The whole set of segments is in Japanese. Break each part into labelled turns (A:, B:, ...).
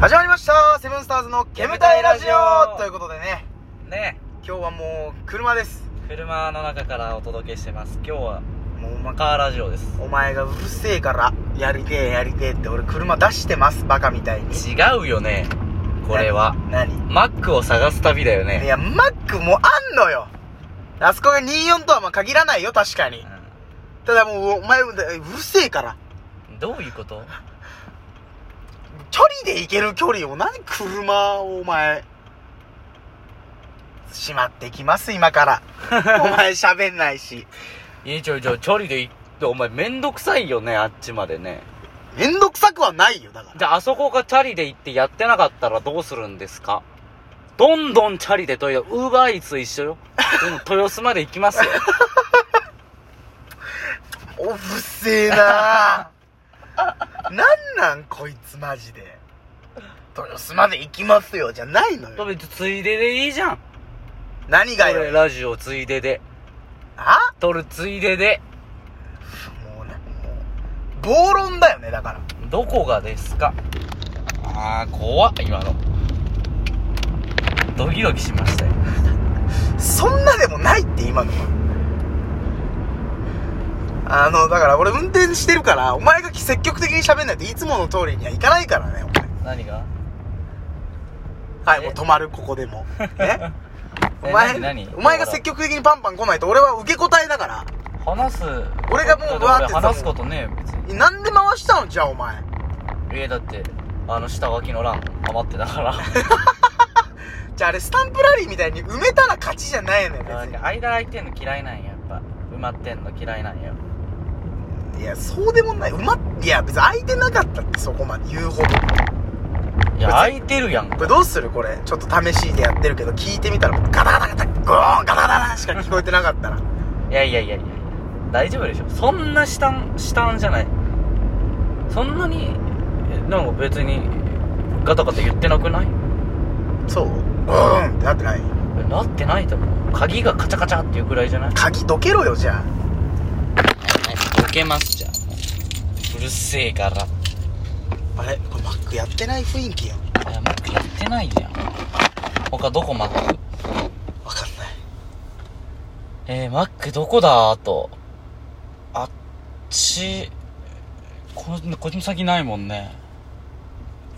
A: 始まりましたセブンスターズの煙たいラジオということでね
B: ね
A: 今日はもう車です
B: 車の中からお届けしてます今日は
A: もうおま
B: カーラジオです
A: お前がうるせえからやりてえやりてえって俺車出してますバカみたいに
B: 違うよねこれは
A: 何
B: マックを探す旅だよ
A: い
B: ね、
A: やマックもあんのよあそこが24とはまあ限らないよ確かにただもうお前うるせえから
B: うんどういうこと
A: 距離で行ける距離を何車をお前しまってきます今 からお前喋んないし
B: いやちょいちょいチャリで行ってお前めんどくさいよねあっちまでね
A: めんどくさくはないよだから
B: じゃああそこがチャリで行ってやってなかったらどうするんですかどんどんチャリでといウーバーイーツと一緒よ、うん、豊洲まで行き ますよ
A: おぶせえな なんなんこいつマジで豊洲まで行きますよじゃないのよ
B: 別についででいいじゃん
A: 何
B: こ
A: が
B: れ
A: よ
B: ラジオついでで
A: あ
B: 撮るついでで
A: もうねもう暴論だよねだから
B: どこがですかあー怖っ今のドキドキしましたよ
A: そんなでもないって今のはあのだから俺運転してるからお前が積極的に喋んないといつもの通りにはいかないからねお前
B: 何が
A: はい
B: え
A: もう止まるここでもねお
B: え
A: 前
B: 何何
A: お前が積極的にパンパン来ないと俺は受け答えだから
B: 話す
A: 俺がもう
B: だって
A: わーって
B: 俺話すことねえよ別
A: なんで回したのじゃあお前
B: にいやだってあの下書きの欄余ってたから
A: じゃああれスタンプラリーみたいに埋めたら勝ちじゃないのよ
B: なん
A: 別
B: か間空いてんの嫌いなんややっぱ埋まってんの嫌いなんや
A: にいやそうでもない埋まっいや別に空いてなかったってそこまで言うほどこ
B: いや空いてるやん
A: れどうするこれちょっと試しでやってるけど聞いてみたらガタガタガタゴーンガタガタガタしか聞こえてなかったら
B: いやいやいやいや大丈夫でしょそんな下ん下んじゃないそんなにえなんか別にガタガタ言ってなくない
A: そうゴーンってなってない
B: なってないと思う鍵がカチャカチャっていうくらいじゃない
A: 鍵どけろよじゃ
B: 溶けますじゃんうるせえから
A: ああれこれマックやってない雰囲気やん
B: いやマックやってないじゃん他どこマック
A: わかんない
B: えー、マックどこだあとあっちここっちの先ないもんね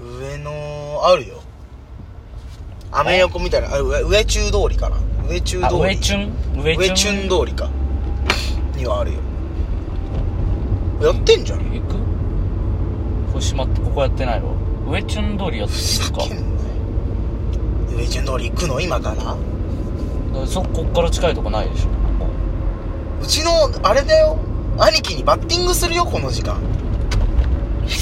A: 上のあるよアメ横みたいなあ上上中通りかな上中
B: あ
A: 通り
B: 上チュン上
A: 上チュン通りかにはあるよやってんじゃん
B: 行くこれ閉まってここやってないろ上チュン通りやってるんですか
A: ふざけんなよ上チュン通り行くの今から
B: だからそこっから近いとこないでしょ こ
A: うちのあれだよ兄貴にバッティングするよこの時間
B: こ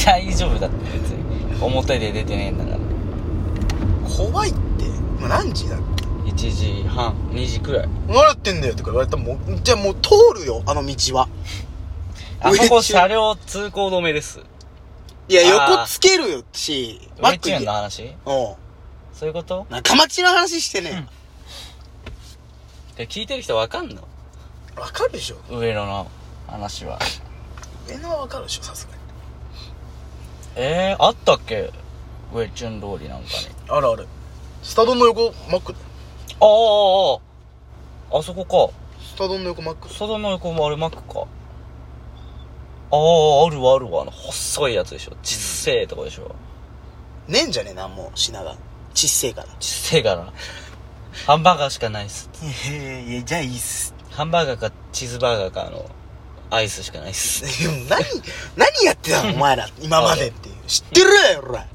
B: 大丈夫だって別に表で出てねえんだから
A: 怖いって今何時だって
B: 1時半2時くらい
A: 何やってんだよとか言われたらもうじゃあもう通るよあの道は
B: あそ
A: 上
B: こ
A: 中
B: 車両通行止めです
A: いや
B: あー
A: 横つけるよしバ
B: 上
A: ック
B: チュン
A: に
B: の話
A: お
B: そういうこと
A: う仲間ちの話してね
B: で聞いてる人わかんの
A: わかるでしょ
B: 上野の話は
A: 上のはわかるでしょさすがに
B: えー、あったっけ上チュン通りなんかに
A: あるあるスタドンの横マック
B: あああああそこか
A: スタドンの横マック
B: 佐田の横もあれマックかあああるわあるわあの細いやつでしょちっせえとこでしょ
A: ねえんじゃねえなんも品がちっせえから
B: ちっせえから ハンバーガーしかないっす
A: いやいやじゃあいいっす
B: ハンバーガーかチーズバーガーかあのアイスしかないっす
A: 何何やってたのお前ら今までっていう知ってるやろら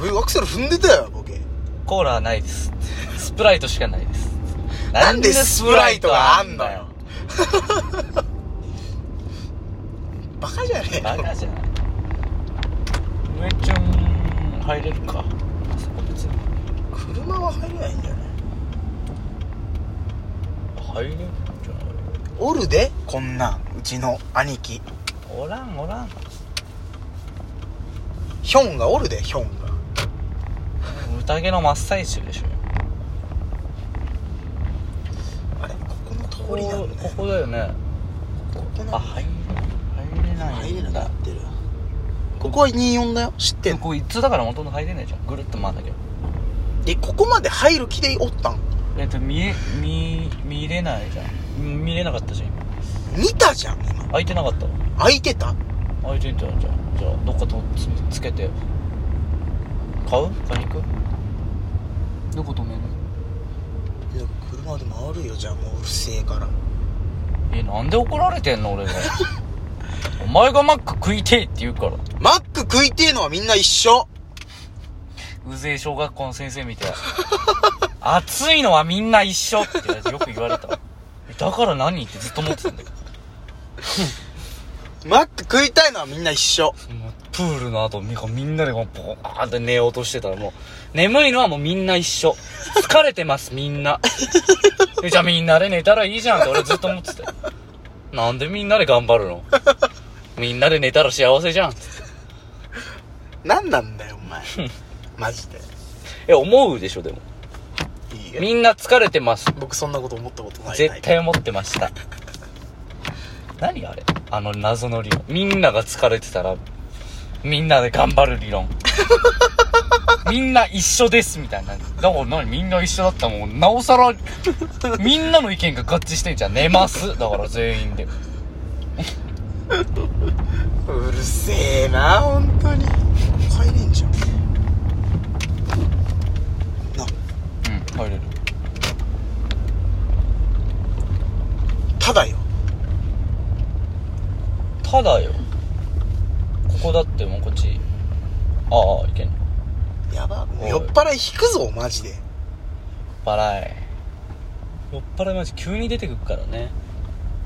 A: 俺アクセル踏んでたよボケ
B: コーラはないですスプライトしかないです
A: なんでスプライトがあんのよバカじゃねえ
B: バ
A: の
B: カじゃない上ちゃん入れるかそこ別に
A: 車は入れないんじゃない
B: 入れるんじゃない
A: おるでこんなんうちの兄貴
B: おらんおらん
A: ヒョンがおるでヒョンが
B: 宴の真っ最中でしょ
A: あれここの通
B: こ
A: りなんだ
B: こ
A: ね
B: こだよね
A: ここなんだ
B: あ入れ入れない
A: 入れなくなってるここは24だよ知ってんの
B: ここ一通だからほとんど入れないじゃんぐるっと回んだけど
A: えここまで入る気でおったん
B: えっと見え見見れないじゃん見れなかったじゃん今
A: 見たじゃん今
B: 開いてなかったわ
A: 開いてた
B: 開いてんじゃんじゃあじゃあどっかとつつけて買う買いに行くどこ止める
A: いや車で回るよじゃあもううるせえから
B: えなんで怒られてんの俺がお前がマック食いてえって言うから
A: マック食いてえのはみんな一緒
B: うぜえ小学校の先生みたい暑いのはみんな一緒ってよく言われたわだから何ってずっと思ってたんだけど
A: マック食いたいのはみんな一緒
B: もうプールの後みみんなでこうポカーンって寝ようとしてたらもう眠いのはもうみんな一緒疲れてますみんなえじゃあみんなで寝たらいいじゃんって俺ずっと思ってたよなんでみんなで頑張るのみんなで寝たら幸せじゃんって
A: 何なんだよお前 マジで
B: え思うでしょでも
A: いいえ
B: みんな疲れてます
A: 僕そんなこと思ったことない
B: 絶対思ってました何あれあの謎の理論みんなが疲れてたらみんなで頑張る理 論みんな一緒ですみたいなだから何みんな一緒だったらもんなおさらみんなの意見が合致してんじゃん寝ますだから全員で
A: うるせえな本当に入れんじゃんな
B: うん入れる
A: ただよ
B: ただよここだってもうこっちああいけん
A: やばも
B: お
A: う
B: い
A: 酔っ払い引くぞマジで
B: 払い酔っ払いマジ急に出てくるからね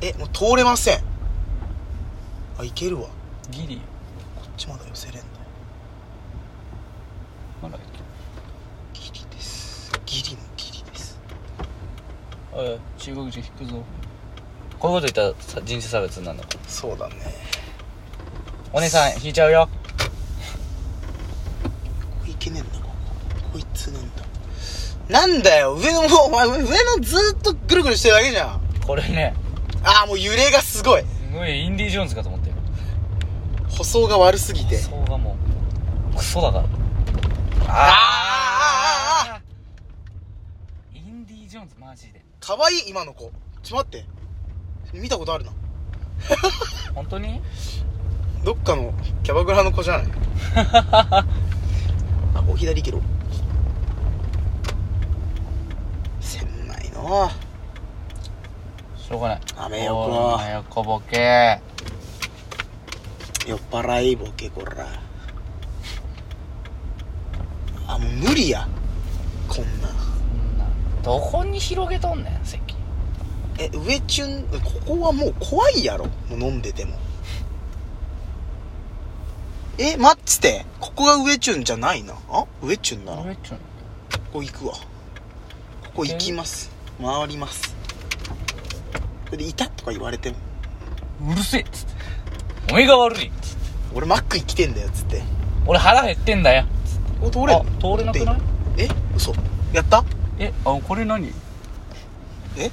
A: えもう通れませんあいけるわこ
B: ギリ
A: っちまだ寄せれんの
B: まだいける
A: ギリですギリもギリです
B: おい中国人引くぞこういうこと言ったらさ人種差別になるのか
A: そうだね
B: お姉さん引いちゃうよ
A: ここいけねえんだこここいつねえんだなんだよ上のもうお前上のずーっとぐるぐるしてるだけじゃん
B: これね
A: ああもう揺れがすごい
B: すごいインディ・ジョーンズかと思ってる
A: 舗装が悪すぎて
B: そうがもうクソだから
A: あーあーあーあ
B: インディ・ジョーンズマジで
A: かわいい今の子ちょっと待って見たことあるな
B: 本当 に
A: どっかのキャバクラの子じゃないあお左行けろ狭いのう
B: しょうがない
A: アメ横
B: おいアメ横ボケ
A: 酔っ払いボケこらあもう無理やこんなん
B: などこに広げとんねん席
A: え上チュンここはもう怖いやろもう飲んでてもえ待ってここが上チュンじゃないなあ上チュンだな
B: 俺ちょ
A: ここ行くわここ行きます回りますそれで「いた」とか言われても
B: うるせえっつってお前が悪いっつって
A: 「俺マック行きてんだよ」っつって
B: 俺腹減ってんだよ
A: 「お通れんの
B: あ通れなくない
A: え嘘やった
B: えあこれ何
A: え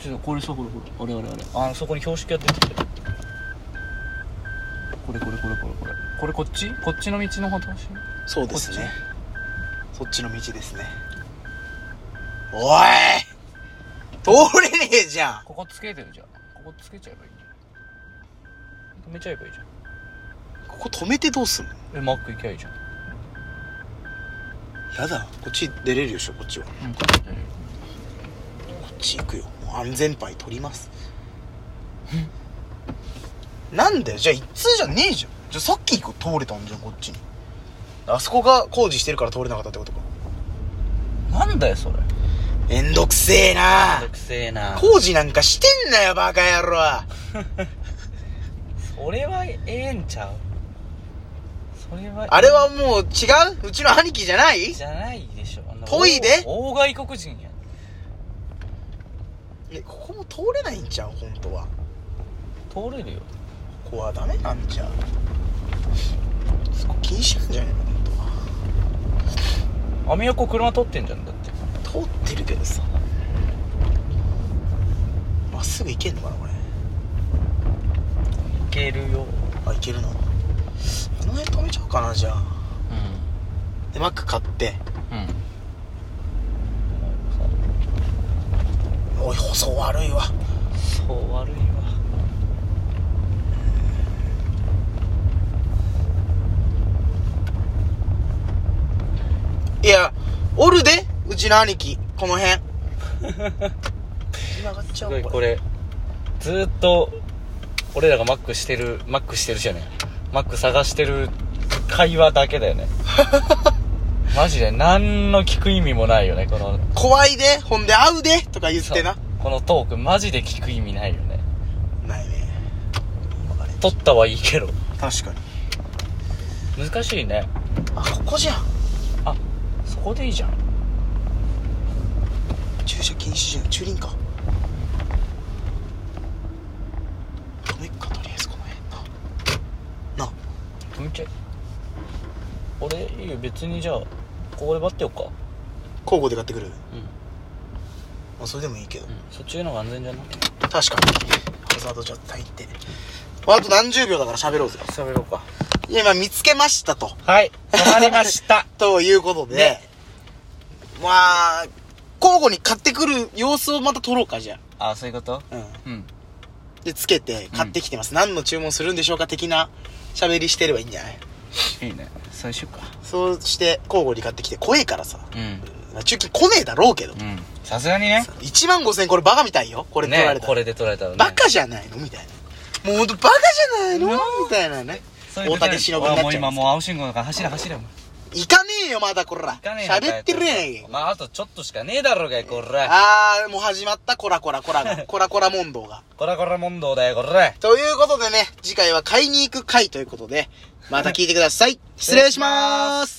B: ちょっとこれさほらほらあれあれあれあそこに標識が出てきてこれこれこれこれこれこれこっちこっちの道の方だし
A: そうですねそっちの道ですねおい通れねえじゃん
B: ここつけてるじゃんここつけちゃえばいいじゃん止めちゃえばいいじゃん
A: ここ止めてどうすんの
B: えマック行きゃいいじゃん
A: やだこっち出れるでしょこっちはこ
B: うんこっち
A: っち行くよもう安全牌取りますなんだよじゃあ一通じゃねえじゃんじゃあさっき行く通れたんじゃんこっちにあそこが工事してるから通れなかったってことか
B: なんだよそれめ
A: めんどくせえなん
B: どくせえな
A: 工事なんかしてんなよバカ野郎
B: それはええんちゃうそれは
A: あれはもう違ううちの兄貴じゃない
B: じゃないでしょあんな
A: ぽいで
B: 大大外国人や
A: えここも通れないんちゃう本当は
B: 通れるよ
A: ここはダメなんちゃうそこ禁止なんじゃないの本当は
B: アメ横車通ってんじゃんだって
A: 通ってるけどさまっすぐ行けんのかなこれ
B: いけるよ
A: あ行けるなの辺止めちゃおうかなじゃあ
B: う
A: でマック買って
B: んうん
A: おい舗装悪いわ
B: そう悪いわ
A: いやおるでうちの兄貴この 辺曲がっち
B: す
A: ゃ
B: ご
A: う
B: い
A: これ
B: これずーっと俺らがマックしてるマックしてるじゃねえマック探してる会話だけだよね マジで何の聞く意味もないよねこの
A: 怖いでほんで会うでとか言ってな
B: そうこのトークマジで聞く意味ないよね
A: ないね
B: 撮ったはいいけど
A: 確かに
B: 難しいね
A: あここじゃん
B: そこでいいじゃん
A: 駐車禁止じゃん駐輪か止めっかとりあえずこの辺なな
B: 見て俺いいよ別にじゃあここで待ってよっか
A: 交互で買ってくる
B: うん、
A: まあそれでもいいけど、
B: そっちの方が安全じゃない
A: 確かにハザードジャッタ入ってあと何十秒だから喋ろうぜ
B: 喋ろうか
A: いや今見つけましたと
B: はいわかりました
A: ということで、
B: ね
A: まあ交互に買ってくる様子をまた撮ろうかじゃ
B: あそういうこと
A: あうん
B: うん
A: でつけて買ってきてます、何の注文するんでしょうか的な喋りしてればいいんじゃない
B: いいねそうしようか
A: そうして交互に買ってきて怖えからさ、
B: うん
A: まあ、中金来ねえだろうけど、
B: うんさすがにね
A: 1万5000これバカみたいよこれ取られ
B: ね
A: たら、
B: これで取られたらね
A: バカじゃないのみたいなもうほんとバカじゃないのみたいなね
B: そういうこ
A: 大
B: とね
A: 竹しのぶになっちゃ
B: もう
A: い
B: 今
A: ます
B: もう青信号だから走れ走れお前
A: 行かねえよまだこら
B: 行かねえ
A: 喋ってるやん
B: んまああとちょっとしかねえだろうがよこら
A: あーもう始まったコラコラコラ がコラコラ問答が
B: こらこら問答だよこら
A: という ことでね次回は買いに行く回ということでまた聞いてください失礼します